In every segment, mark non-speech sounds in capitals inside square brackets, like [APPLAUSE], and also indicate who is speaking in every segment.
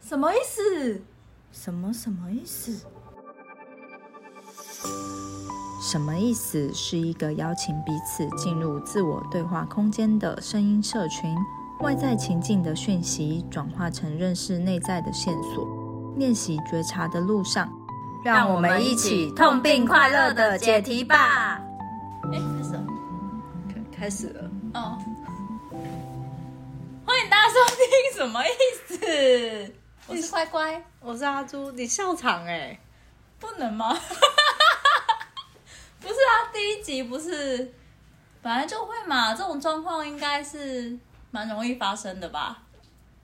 Speaker 1: 什么意思？
Speaker 2: 什么什么意思？什么意思？是一个邀请彼此进入自我对话空间的声音社群，外在情境的讯息转化成认识内在的线索。练习觉察的路上，
Speaker 1: 让我们一起痛并快乐地解题吧。哎，开始了，
Speaker 2: 开始了。
Speaker 1: 哦， [LAUGHS] 欢迎大家收听，什么意思？我是乖乖，
Speaker 2: 我是阿朱，你笑场哎、
Speaker 1: 不能吗？ [LAUGHS] 不是啊，第一集不是本来就会嘛，这种状况应该是蛮容易发生的吧？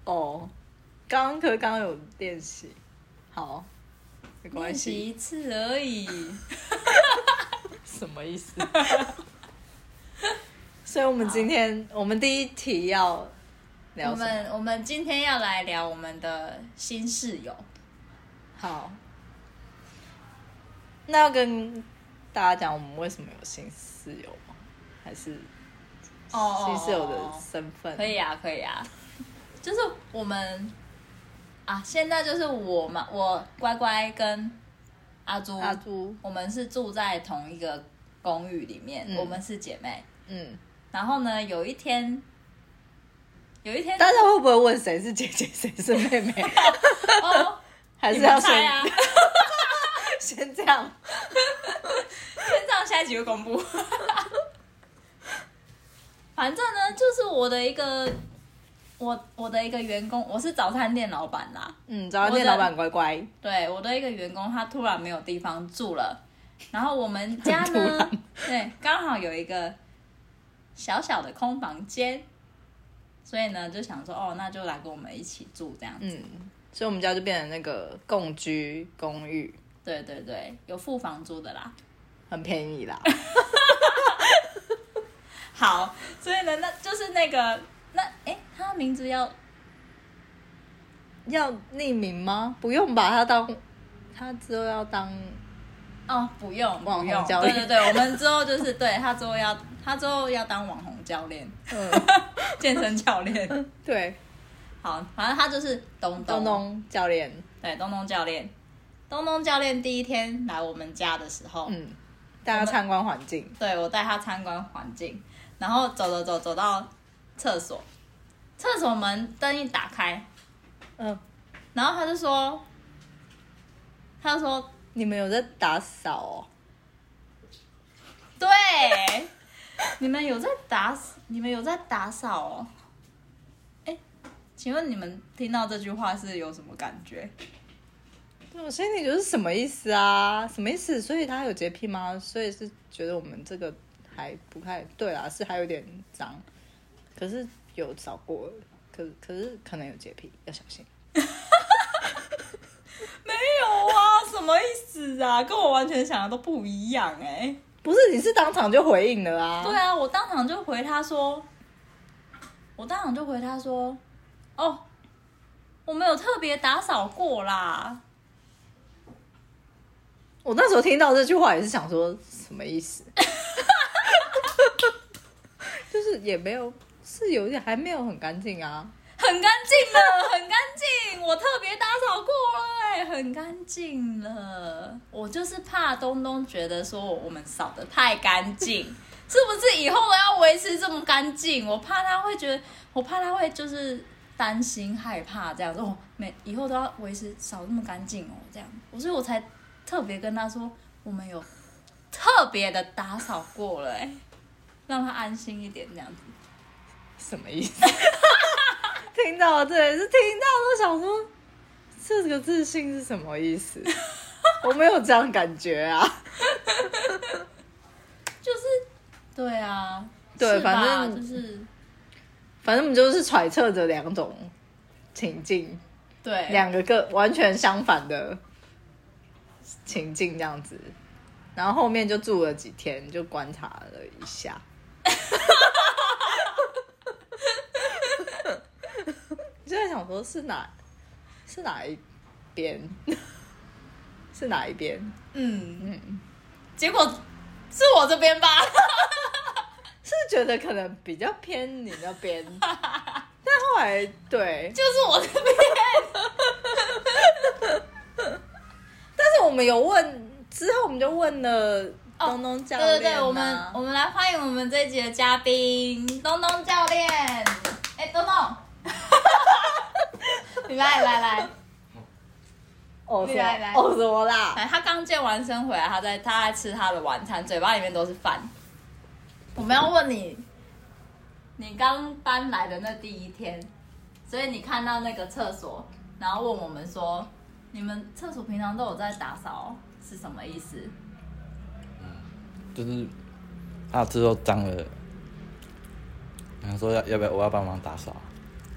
Speaker 3: 哦，刚刚可刚刚有练习，好，没关
Speaker 1: 练习
Speaker 3: 系，
Speaker 1: 一次而已。 [LAUGHS]
Speaker 3: 什么意思？ [LAUGHS] 所以我们今天我们第一题要
Speaker 1: 我
Speaker 3: 聊什么？
Speaker 1: 们我们今天要来聊我们的新室友，
Speaker 3: 好，那要跟大家讲我们为什么有新室友吗？还是
Speaker 1: 哦
Speaker 3: 新室友的身份？
Speaker 1: 可以啊，可以啊，就是我们啊，现在就是我嘛，我乖乖跟阿朱，
Speaker 3: 阿朱，
Speaker 1: 我们是住在同一个公寓里面，
Speaker 3: 嗯
Speaker 1: 我们是姐妹。
Speaker 3: 嗯，
Speaker 1: 然后呢，有一天，有一天，
Speaker 3: 大家会不会问谁是姐姐，谁是妹
Speaker 1: [LAUGHS]
Speaker 3: 妹？
Speaker 1: 哦，
Speaker 3: [LAUGHS] 还
Speaker 1: 你
Speaker 3: 是
Speaker 1: 们
Speaker 3: 要
Speaker 1: 猜
Speaker 3: 先、
Speaker 1: 啊，
Speaker 3: 先这样？
Speaker 1: 先这样，下一集会公布。 [LAUGHS] 反正呢，就是我的一个，我我的一个员工，我是早餐店老板啊啦。
Speaker 3: 嗯，早餐店老板乖乖，
Speaker 1: 对我的一个员工，他突然没有地方住了，然后我们家
Speaker 3: [LAUGHS] 突
Speaker 1: 呢
Speaker 3: 然，
Speaker 1: 对，刚好有一个小小的空房间，所以呢就想说，哦，那就来跟我们一起住这样子。
Speaker 3: 嗯，所以我们家就变成那个共居公寓，
Speaker 1: 对对对，有付房租的啦。
Speaker 3: 很便宜啦。
Speaker 1: 好，所以呢，那就是那个那哎，他名字要
Speaker 3: 要匿名吗？不用吧，他当他之后要当
Speaker 1: 哦，不用
Speaker 3: 网
Speaker 1: 不
Speaker 3: 红
Speaker 1: 用，
Speaker 3: 教
Speaker 1: 对
Speaker 3: 练
Speaker 1: 对对，我们之后就是对他之后要他之后要当网红教练、
Speaker 3: 嗯，
Speaker 1: 健身教练。
Speaker 3: [LAUGHS] 对，
Speaker 1: 好，反正他就是东
Speaker 3: 东东教练，
Speaker 1: 对，东东教练，东东教练第一天来我们家的时候，
Speaker 3: 嗯，大家参观环境，
Speaker 1: 对我带他参观环境，然后走走走走到厕所，厕所门灯一打开，
Speaker 3: 嗯，
Speaker 1: 然后他就说，他就说，
Speaker 3: 你们有在打扫哦？
Speaker 1: 对， [LAUGHS] 你们有在打，你们有在打扫哦。哎，请问你们听到这句话是有什么感觉？ [LAUGHS]
Speaker 3: 对我心里就是什么意思啊？什么意思？所以他有洁癖吗？所以是觉得我们这个还不太对啦，是还有点脏，可是有扫过了，可可是可能有洁癖，要小心。
Speaker 1: 没有啊，什么意思啊？跟我完全想的都不一样哎、
Speaker 3: 不是，你是当场就回应了啊？
Speaker 1: 对啊，我当场就回他说，我当场就回他说，哦，我没有特别打扫过啦。
Speaker 3: 我那时候听到这句话也是想说什么意思，就是也没有是有一点还没有很干净啊，
Speaker 1: 很干净了，很干净，我特别打扫过了、哎，很干净了。我就是怕东东觉得说我们扫的太干净， [LAUGHS] 是不是以后要维持这么干净？我怕他会觉得，我怕他会就是担心害怕这样子，哦，每以后都要维持扫那么干净哦，这样，我所以我才特别跟他说，我们有特别的打扫过了、哎，让他安心一点这样子。
Speaker 3: 什么意思？ [LAUGHS] 听到了，对，是听到都想说这个自信是什么意思？我没有这样感觉啊，
Speaker 1: 就是，对啊，
Speaker 3: 对
Speaker 1: 是吧
Speaker 3: 反正
Speaker 1: 就是
Speaker 3: 反正我们就是揣测着两种情境，
Speaker 1: 对，
Speaker 3: 两个个完全相反的情境这样子，然后后面就住了几天，就观察了一下。
Speaker 1: [LAUGHS]
Speaker 3: 就在想说，是哪是哪一边，是哪一边？
Speaker 1: 嗯嗯，结果是我这边吧， [LAUGHS]
Speaker 3: 是觉得可能比较偏你那边，但后来对，
Speaker 1: 就是我这边，
Speaker 3: 们有问之后，我们就问了东东教
Speaker 1: 对
Speaker 3: 练、
Speaker 1: 哦对
Speaker 3: 啊
Speaker 1: 对，我们我们来欢迎我们这一集的嘉宾东东教练。哎，东 [LAUGHS] 东，你来来来
Speaker 3: 哦什
Speaker 1: 你来来
Speaker 3: 么哦什么啦？
Speaker 1: 来，他刚健完身回来，他在他在吃他的晚餐，嘴巴里面都是饭。我们要问你，你刚搬来的那第一天，所以你看到那个厕所，然后问我们说，你们厕所平常都有在打扫，哦是什么意思？
Speaker 4: 就是啊，之后脏了，然后说要要不要我要帮忙打扫，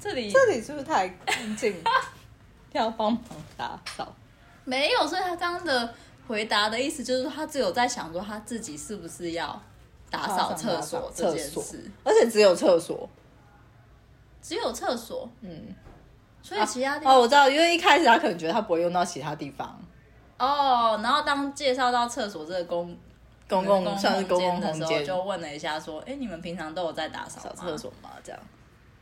Speaker 1: 这里
Speaker 3: 这里是不是太干净？要帮忙打扫，
Speaker 1: 没有。所以他刚刚的回答的意思就是，他只有在想说他自己是不是要打扫厕所这
Speaker 3: 厕
Speaker 1: 件
Speaker 3: 所
Speaker 1: 事，，
Speaker 3: 而且只有厕所。
Speaker 1: 只有厕所，
Speaker 3: 嗯，
Speaker 1: 所以其他地方、
Speaker 3: 哦，我知道，因为一开始他可能觉得他不会用到其他地方，
Speaker 1: 哦，然后当介绍到厕所这个公
Speaker 3: 公共
Speaker 1: 公
Speaker 3: 算是公共
Speaker 1: 的
Speaker 3: 空
Speaker 1: 时候，
Speaker 3: 间，
Speaker 1: 就问了一下说，哎、你们平常都有在打扫
Speaker 3: 小
Speaker 1: 吗
Speaker 3: 厕？所嘛，这样。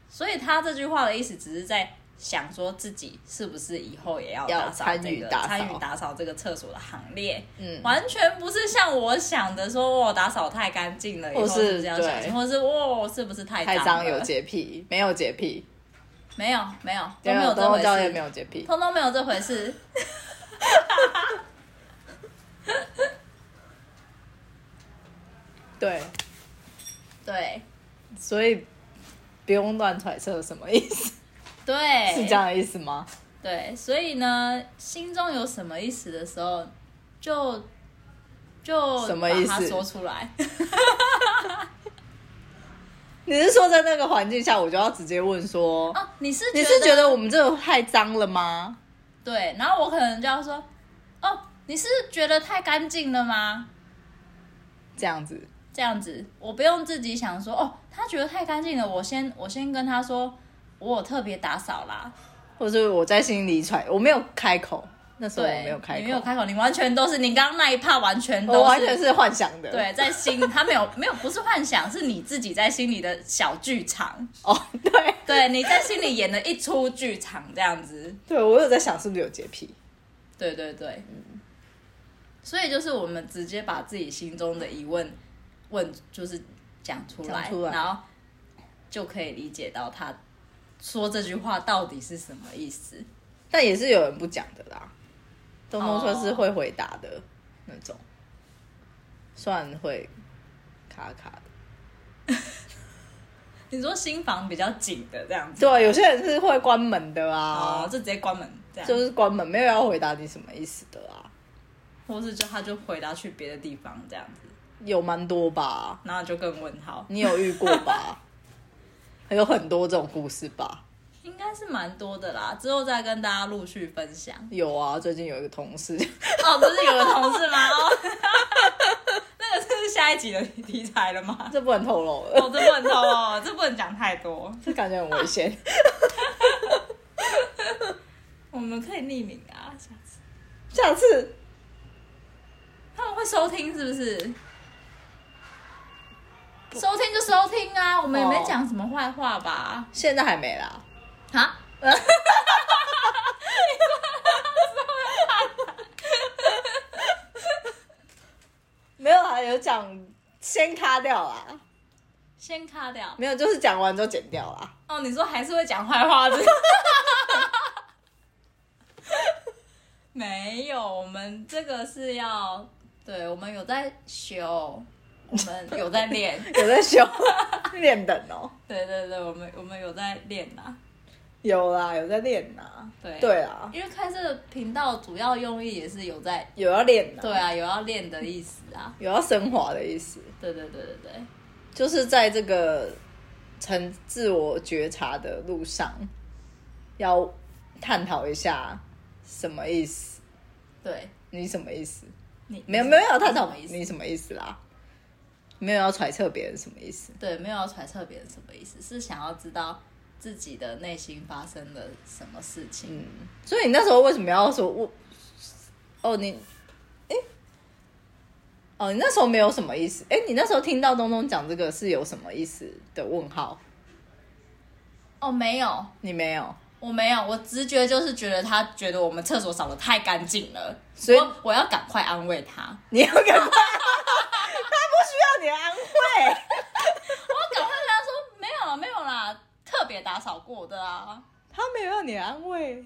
Speaker 1: 所以他这句话的意思只是在想说自己是不是以后也要
Speaker 3: 要
Speaker 1: 打扫
Speaker 3: 参
Speaker 1: 这
Speaker 3: 与
Speaker 1: 个
Speaker 3: 打扫
Speaker 1: 参与打扫这个厕所的行列，
Speaker 3: 嗯，
Speaker 1: 完全不是像我想的说我打扫太干净了，以后
Speaker 3: 或是
Speaker 1: 是不是要小心，
Speaker 3: 对
Speaker 1: 或是哦是不是太
Speaker 3: 太
Speaker 1: 脏
Speaker 3: 脏
Speaker 1: 了
Speaker 3: 有洁癖，没有洁癖，
Speaker 1: 没有没有都
Speaker 3: 对
Speaker 1: 没有这
Speaker 3: 东
Speaker 1: 回
Speaker 3: 东教练
Speaker 1: 事，
Speaker 3: 没有洁癖。
Speaker 1: 通通没有这回事。
Speaker 3: 对，
Speaker 1: 对
Speaker 3: 所以不用乱揣测什么意思，
Speaker 1: 对，
Speaker 3: 是这样的意思吗？
Speaker 1: 对，所以呢，心中有什么意思的时候，就就
Speaker 3: 什么意思
Speaker 1: 把它说出来。
Speaker 3: 你是说在那个环境下，我就要直接问说，
Speaker 1: 哦，你是
Speaker 3: 你是觉得我们这太脏了吗？
Speaker 1: 对，然后我可能就要说，哦，你是觉得太干净了吗？
Speaker 3: 这样子，
Speaker 1: 这样子，我不用自己想说，哦，他觉得太干净了，我先我先跟他说，我有特别打扫啦。
Speaker 3: 或者我在心里揣，我没有开口，那时候我
Speaker 1: 对，
Speaker 3: 没有
Speaker 1: 你
Speaker 3: 开口，哦
Speaker 1: 没有开口，你完全都是你刚刚那一趴，完全都
Speaker 3: 我完全是幻想的。
Speaker 1: 对，在心，他没有没有不是幻想，是你自己在心里的小剧场。
Speaker 3: 哦，对，
Speaker 1: 对，你在心里演了一出剧场这样子。
Speaker 3: 对我有在想是不是有洁癖，
Speaker 1: 对对对，
Speaker 3: 嗯
Speaker 1: 所以就是我们直接把自己心中的疑问问，就是讲出来，
Speaker 3: 讲出来
Speaker 1: 然后就可以理解到他说这句话到底是什么意思。
Speaker 3: 但也是有人不讲的啦。东
Speaker 1: 哦
Speaker 3: 东算是会回答的那种，算会卡卡的。
Speaker 1: 你说心房比较紧的这样子，
Speaker 3: 对，有些人是会关门的
Speaker 1: 哦，
Speaker 3: 啊，
Speaker 1: 就直接关门这样，
Speaker 3: 就
Speaker 1: 就是
Speaker 3: 关门，没有要回答你什么意思的啊，
Speaker 1: 或是就他就回答去别的地方这样
Speaker 3: 嗯
Speaker 1: 子，
Speaker 3: 有蛮多吧，
Speaker 1: 然后就更问号，
Speaker 3: 你有遇过吧？有很多这种故事吧？
Speaker 1: 应该是蛮多的啦，之后再跟大家陆续分享。
Speaker 3: 有啊，最近有一个同事， [LAUGHS]
Speaker 1: 哦，不是有个同事吗？哦，那个是下一集的题材了吗？
Speaker 3: 这不能透露了，
Speaker 1: 哦，这不能透哦，这不能讲太多，
Speaker 3: 这感觉很危险。
Speaker 1: 我们可以匿名啊，下次
Speaker 3: 下次
Speaker 1: 他们会收听是不是？收听就收听啊，我们也没讲什么坏话吧？
Speaker 3: 现在还没啦，
Speaker 1: 啊？
Speaker 3: 没有啊，有讲先卡掉啦，
Speaker 1: 先卡掉
Speaker 3: 没有就是讲完之后剪掉啦。
Speaker 1: 哦，你说还是会 [LAUGHS] 讲坏话的？没有，我们这个是要，对我们有在修，我们有在练，
Speaker 3: 有在修练等哦，
Speaker 1: 对对对，我们我们有在练呐、
Speaker 3: 有啦，有在练呐，
Speaker 1: 对
Speaker 3: 对啊，
Speaker 1: 因为开这个频道主要用意也是有在，
Speaker 3: 有要练呐，
Speaker 1: 对啊，有要练的意思啊，
Speaker 3: 有要升华的意思，
Speaker 1: 对对对对对，
Speaker 3: 就是在这个成自我觉察的路上，要探讨一下什么意思，
Speaker 1: 对
Speaker 3: 你什么意思？
Speaker 1: 你
Speaker 3: 没有没有，他
Speaker 1: 什
Speaker 3: 懂
Speaker 1: 么意思
Speaker 3: 你什么意思啦？没有要揣测别人什么意思？
Speaker 1: 对，没有要揣测别人什么意思，是想要知道自己的内心发生了什么事情。
Speaker 3: 所以你那时候为什么要说我？哦，你，哎、哦，你那时候没有什么意思？哎、你那时候听到东东讲这个是有什么意思的问号？
Speaker 1: 哦，没有，
Speaker 3: 你没有，
Speaker 1: 我没有，我直觉就是觉得他觉得我们厕所扫的太干净了，
Speaker 3: 所以
Speaker 1: 我我要赶快安慰他，我
Speaker 3: 你要赶快， [LAUGHS] 他不需要你的安慰。
Speaker 1: 要赶快跟他说没有了，没有啦，特别打扫过的啊。
Speaker 3: 他没有要你的安慰。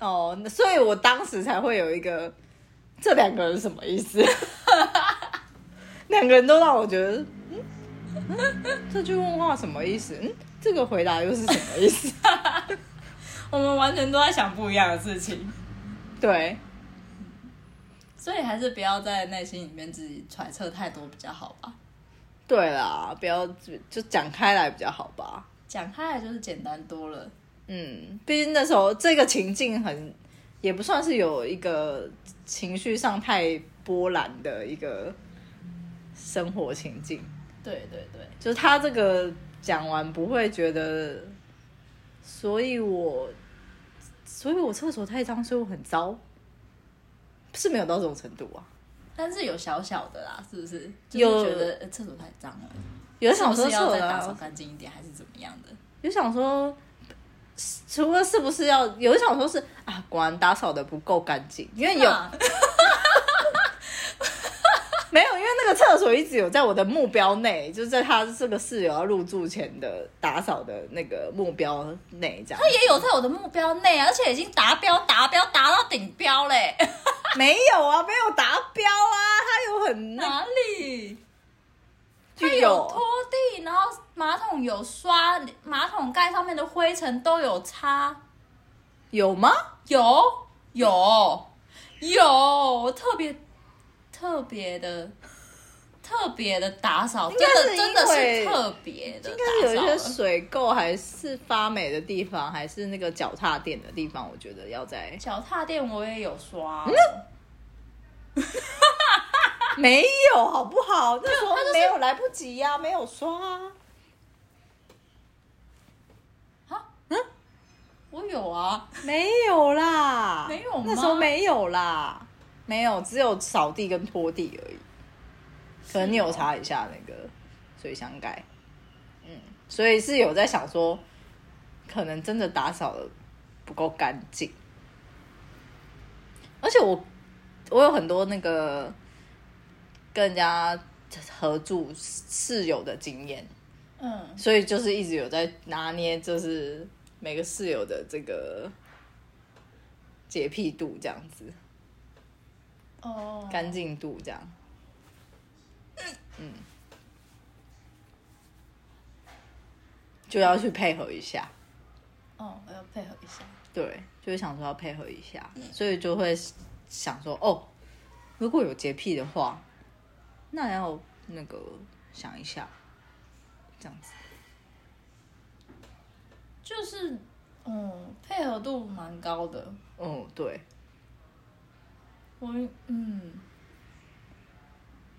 Speaker 3: 哦，那所以我当时才会有一个，这两个人什么意思？两个人都让我觉得，嗯，嗯这句问话什么意思？嗯，这个回答又是什么意思？
Speaker 1: 我们完全都在想不一样的事情，
Speaker 3: 对，
Speaker 1: 所以还是不要在内心里面自己揣测太多比较好吧。
Speaker 3: 对啦，不要就就讲开来比较好吧。
Speaker 1: 讲开来就是简单多了。
Speaker 3: 嗯，毕竟那时候这个情境很，也不算是有一个情绪上太波澜的一个生活情境。
Speaker 1: 对对对，
Speaker 3: 就是他这个讲完不会觉得，所以我，所以我厕所太脏，所以我很糟，是没有到这种程度啊。
Speaker 1: 但是有小小的啦，是不是？就是
Speaker 3: 有
Speaker 1: 觉得呃厕所太脏了，
Speaker 3: 有
Speaker 1: 是
Speaker 3: 想
Speaker 1: 不
Speaker 3: 说
Speaker 1: 是要再
Speaker 3: 厕所
Speaker 1: 打
Speaker 3: 啊
Speaker 1: 扫干净一点，还是怎么样的？
Speaker 3: 有想说，除了是不是要，有想说是啊，果然打扫的不够干净，因为有
Speaker 1: 啊
Speaker 3: 没有，因为那个厕所一直有在我的目标内，就是在他这个室友要入住前的打扫的那个目标内，这样
Speaker 1: 他也有在我的目标内，啊而且已经达标、达标、达到顶标嘞。
Speaker 3: 没有啊，没有达标啊，他有很那
Speaker 1: 哪里？
Speaker 3: 就
Speaker 1: 他有拖地，然后马桶有刷，马桶盖上面的灰尘都有擦，
Speaker 3: 有吗？
Speaker 1: 有有有，我特别特别的。特别的打扫，真
Speaker 3: 该是
Speaker 1: 的真的
Speaker 3: 因为
Speaker 1: 是特别的
Speaker 3: 应
Speaker 1: 打
Speaker 3: 该
Speaker 1: 扫
Speaker 3: 有一
Speaker 1: 了
Speaker 3: 些水垢，还是发霉的地方，还是那个脚踏垫的地方，我觉得要在
Speaker 1: 脚踏垫我也有刷，
Speaker 3: 没有好不好？那时候
Speaker 1: 他就是
Speaker 3: 没有来不及呀、没有刷啊。
Speaker 1: 我有啊，
Speaker 3: [LAUGHS] 没有啦，
Speaker 1: 没有吗
Speaker 3: 那时候没有啦，没有，只有扫地跟拖地而已。可能你有查一下那个水箱盖，嗯，所以是有在想说，可能真的打扫的不够干净，而且我我有很多那个跟人家合住室友的经验，
Speaker 1: 嗯，
Speaker 3: 所以就是一直有在拿捏，就是每个室友的这个洁癖度这样子，
Speaker 1: 哦，
Speaker 3: 干净度这样。嗯，就要去配合一下，
Speaker 1: 哦，我要配合一下。
Speaker 3: 对，就会想说要配合一下，所以就会想说，哦，如果有洁癖的话，那要那个想一下，这样子。
Speaker 1: 就是，嗯，配合度蛮高的。
Speaker 3: 哦，对，
Speaker 1: 我，嗯，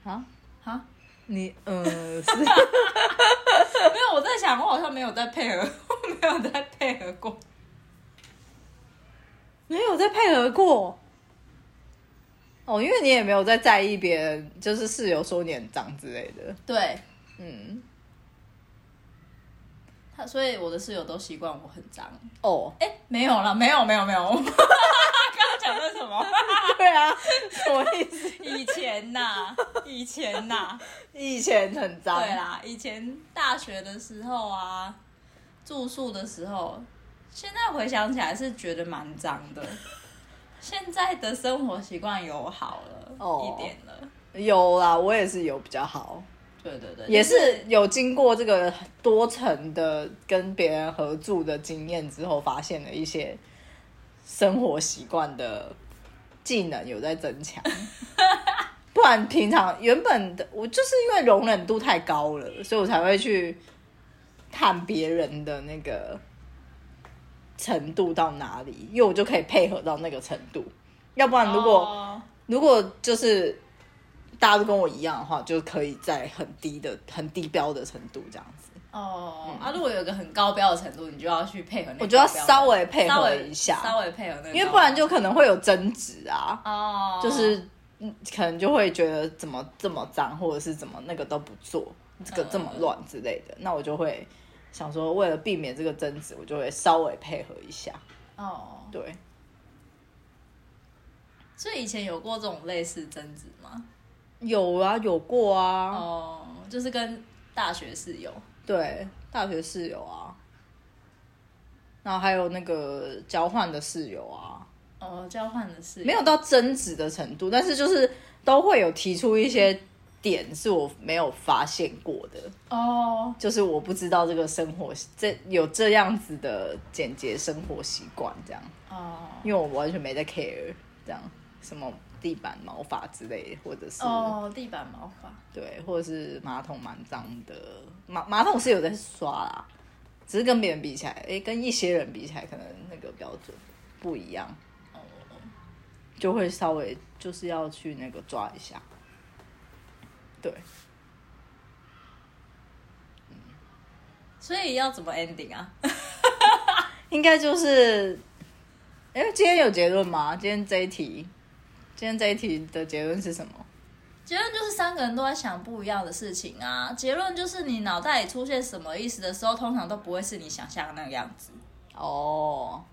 Speaker 3: 啊，
Speaker 1: [LAUGHS] 啊，
Speaker 3: 你，呃，是。
Speaker 1: 没有，我在想，我好像没有在配合，我没有在配合过。
Speaker 3: 没有在配合过。哦，因为你也没有在在意别人，就是室友说你很脏之类的。
Speaker 1: 对
Speaker 3: 嗯，
Speaker 1: 他，所以我的室友都习惯我很脏。
Speaker 3: 哦，
Speaker 1: 哎、没有了，没有，没有，
Speaker 3: [LAUGHS]
Speaker 1: 没有。我刚刚讲的什么？
Speaker 3: 对啊， [LAUGHS] 什么意思？
Speaker 1: 以前呐、以前呐、
Speaker 3: 以前很脏，
Speaker 1: 对，啊啦，以前大学的时候啊，住宿的时候，现在回想起来是觉得蛮脏的。现在的生活习惯有好了、
Speaker 3: 哦
Speaker 1: 一点了，
Speaker 3: 有啦，我也是有比较好，
Speaker 1: 对对对，
Speaker 3: 也
Speaker 1: 就是
Speaker 3: 有经过这个多层的跟别人合住的经验之后，发现了一些生活习惯的技能有在增强。 [LAUGHS] 不然平常原本的我就是因为容忍度太高了，所以我才会去看别人的那个程度到哪里，因为我就可以配合到那个程度。要不然如果
Speaker 1: 哦
Speaker 3: 如果就是大家都跟我一样的话，就可以在很低的、很低标的程度这样子。
Speaker 1: 哦，啊，如果有一个很高标的程度，你就要去配合那个
Speaker 3: 嗯我就要
Speaker 1: 高标的
Speaker 3: 稍微配合
Speaker 1: 稍微
Speaker 3: 一下
Speaker 1: 稍微配合那个，
Speaker 3: 因为不然就可能会有争执啊，
Speaker 1: 哦，
Speaker 3: 就是嗯可能就会觉得怎么这么脏，或者是怎么那个都不做，这个这么乱之类的。那我就会想说，为了避免这个争执，我就会稍微配合一下。
Speaker 1: 哦，
Speaker 3: 对，
Speaker 1: 所以以前有过这种类似争执吗？
Speaker 3: 有啊，有过啊，
Speaker 1: 哦，就是跟大学室友，
Speaker 3: 对，大学室友啊，然后还有那个交换的室友啊，
Speaker 1: 哦，交换的室友
Speaker 3: 没有到争执的程度，但是就是都会有提出一些点是我没有发现过的，
Speaker 1: 哦，
Speaker 3: 就是我不知道这个生活这有这样子的简洁生活习惯这样，
Speaker 1: 哦，
Speaker 3: 因为我完全没在 care 这样什么地板毛发之类，或者是、
Speaker 1: 哦，地板毛发，
Speaker 3: 对，或者是马桶蛮脏的，马马桶是有在刷啦，只是跟别人比起来，诶、跟一些人比起来，可能那个标准不一样，
Speaker 1: 哦，
Speaker 3: 就会稍微就是要去那个抓一下，对，
Speaker 1: 所以要怎么 ending 啊？
Speaker 3: 应该就是，哎、今天有结论吗？今天这一题，今天这一题的结论是什么？
Speaker 1: 结论就是三个人都在想不一样的事情啊。结论就是你脑袋里出现什么意思的时候，通常都不会是你想象的那个样子。
Speaker 3: 哦，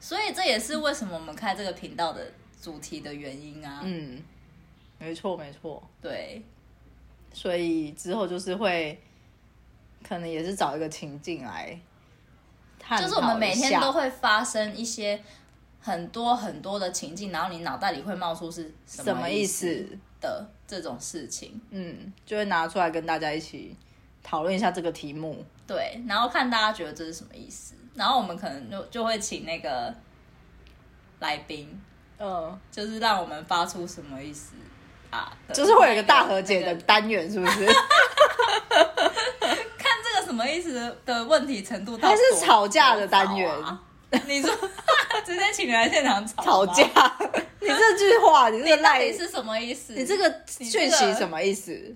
Speaker 1: 所以这也是为什么我们开这个频道的主题的原因啊。
Speaker 3: 嗯，没错没错，
Speaker 1: 对，
Speaker 3: 所以之后就是会，可能也是找一个情境来探
Speaker 1: 就
Speaker 3: 讨一下，
Speaker 1: 是我们每天都会发生一些很多很多的情境，然后你脑袋里会冒出是
Speaker 3: 什么
Speaker 1: 么
Speaker 3: 意
Speaker 1: 思
Speaker 3: 思？
Speaker 1: 的这种事情。
Speaker 3: 嗯，就会拿出来跟大家一起讨论一下这个题目。
Speaker 1: 对，然后看大家觉得这是什么意思，然后我们可能就就会请那个来宾，
Speaker 3: 嗯，
Speaker 1: 就是让我们发出什么意思啊，
Speaker 3: 就是会有一个大和解
Speaker 1: 那
Speaker 3: 的
Speaker 1: 个
Speaker 3: 单元，是
Speaker 1: [LAUGHS]
Speaker 3: 不是？ [LAUGHS]
Speaker 1: 看这个什么意思的问题程度到
Speaker 3: 还
Speaker 1: 多，
Speaker 3: 是吵架的单元
Speaker 1: 多少啊？你说 [LAUGHS] 直接请你来现场吵
Speaker 3: 吵
Speaker 1: 吗 [LAUGHS]
Speaker 3: 架，，你这句话，你这个
Speaker 1: 到
Speaker 3: 赖，
Speaker 1: 底是什么意思？
Speaker 3: 你这个讯息什么意思？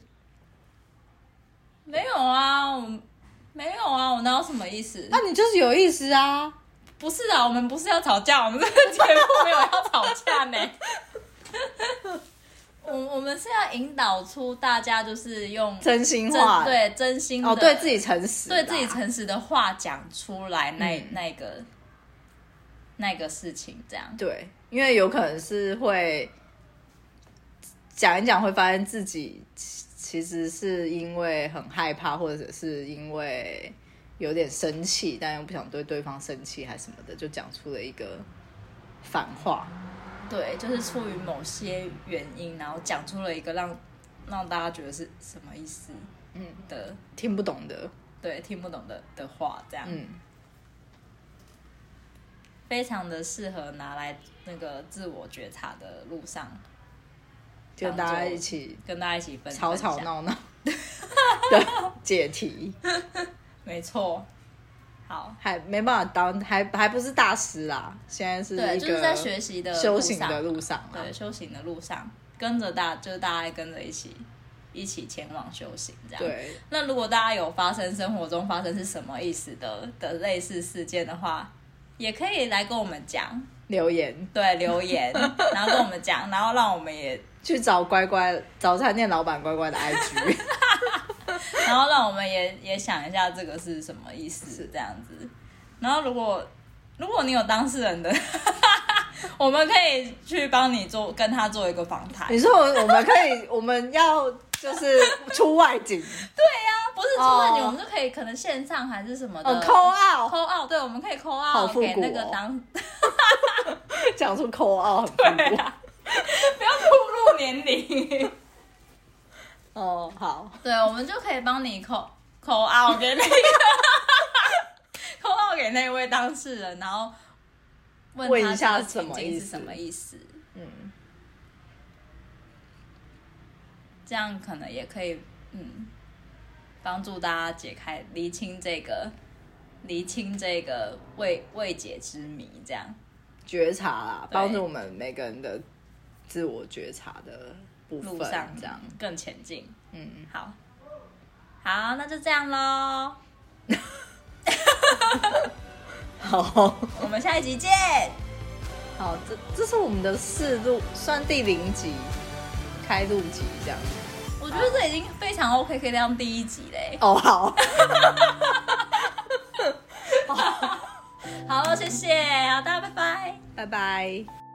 Speaker 1: 没有啊，我没有啊，我哪有什么意思？
Speaker 3: 那、你就是有意思啊！
Speaker 1: 不是啊，我们不是要吵架，我们这个节目没有要吵架呢。
Speaker 3: [LAUGHS]
Speaker 1: 我我们是要引导出大家，就是用
Speaker 3: 真心
Speaker 1: 真
Speaker 3: 话，
Speaker 1: 对真心的
Speaker 3: 哦，对自己诚实啦，
Speaker 1: 对自己诚实的话讲出来那，
Speaker 3: 嗯
Speaker 1: 那个那个事情这样。
Speaker 3: 对，因为有可能是会讲一讲，会发现自己其其实是因为很害怕，或者是因为有点生气，但又不想对对方生气，还什么的，就讲出了一个反话。
Speaker 1: 对，就是出于某些原因，然后讲出了一个让让大家觉得是什么意思，嗯的，
Speaker 3: 听不懂的，
Speaker 1: 对，听不懂的的话，这样，
Speaker 3: 嗯，
Speaker 1: 非常的适合拿来那个自我觉察的路上
Speaker 3: 就大家一起
Speaker 1: 跟大家一起分
Speaker 3: 吵吵，
Speaker 1: 分享
Speaker 3: 闹闹的解题，
Speaker 1: 没错。好，
Speaker 3: 还没办法当，还还不是大师啦，现在是
Speaker 1: 对，
Speaker 3: 一
Speaker 1: 就是
Speaker 3: 个
Speaker 1: 在学习的
Speaker 3: 修
Speaker 1: 路
Speaker 3: 行
Speaker 1: 上啊
Speaker 3: 的路上啊啦，
Speaker 1: 对，修行的路上，跟着大，就是大家跟着一起，一起前往修行这样。。
Speaker 3: 对，
Speaker 1: 那如果大家有发生生活中发生是什么意思的的类似事件的话，也可以来跟我们讲，
Speaker 3: 留言。
Speaker 1: 对，留
Speaker 3: [LAUGHS]
Speaker 1: 言，然后跟我们讲，然后让我们也，
Speaker 3: 去找乖乖早餐店老板乖乖的 IG，
Speaker 1: 然后让我们也也想一下这个是什么意思，这样子。然后如果如果你有当事人的， [LAUGHS] 我们可以去帮你做跟他做一个访谈。
Speaker 3: [LAUGHS] 你说我们可以，我们要就是出外
Speaker 1: [LAUGHS]
Speaker 3: 景，
Speaker 1: 不是出问题，
Speaker 3: 哦
Speaker 1: 我们就可以可能线上还是什么
Speaker 3: 哦
Speaker 1: 的。
Speaker 3: 扣二，
Speaker 1: 扣二，对，我们可以扣
Speaker 3: 好
Speaker 1: 二
Speaker 3: 复古哦
Speaker 1: 给那个当，
Speaker 3: 讲出扣二
Speaker 1: [LAUGHS]
Speaker 3: 很复古。
Speaker 1: 不要暴露年龄。
Speaker 3: 哦，好，
Speaker 1: [LAUGHS] 对，我们就可以帮你扣扣 out 给那个扣 [LAUGHS] out 给那位当事人，然后问
Speaker 3: 问
Speaker 1: 他
Speaker 3: 一下
Speaker 1: 这个
Speaker 3: 什么
Speaker 1: 情境
Speaker 3: 意
Speaker 1: 是
Speaker 3: 思
Speaker 1: 什么意思，
Speaker 3: 嗯，
Speaker 1: 这样可能也可以，嗯，帮助大家解开、厘清这个、厘清这个未未解之谜，这样。
Speaker 3: 觉察啦，
Speaker 1: 对
Speaker 3: 帮助我们每个人的自我觉察的部分
Speaker 1: 路上，
Speaker 3: 这样，
Speaker 1: 更前进。
Speaker 3: 嗯，
Speaker 1: 好，好，那就这样喽，
Speaker 3: 好。
Speaker 1: 我们下一集见，
Speaker 3: 好，这这是我们的四录，算第零集，开录集这样。
Speaker 1: 我觉得这已经非常 OK，可以当第一集嘞。
Speaker 3: 哦，好，
Speaker 1: 好，谢谢，好，大家拜拜。
Speaker 3: 拜拜。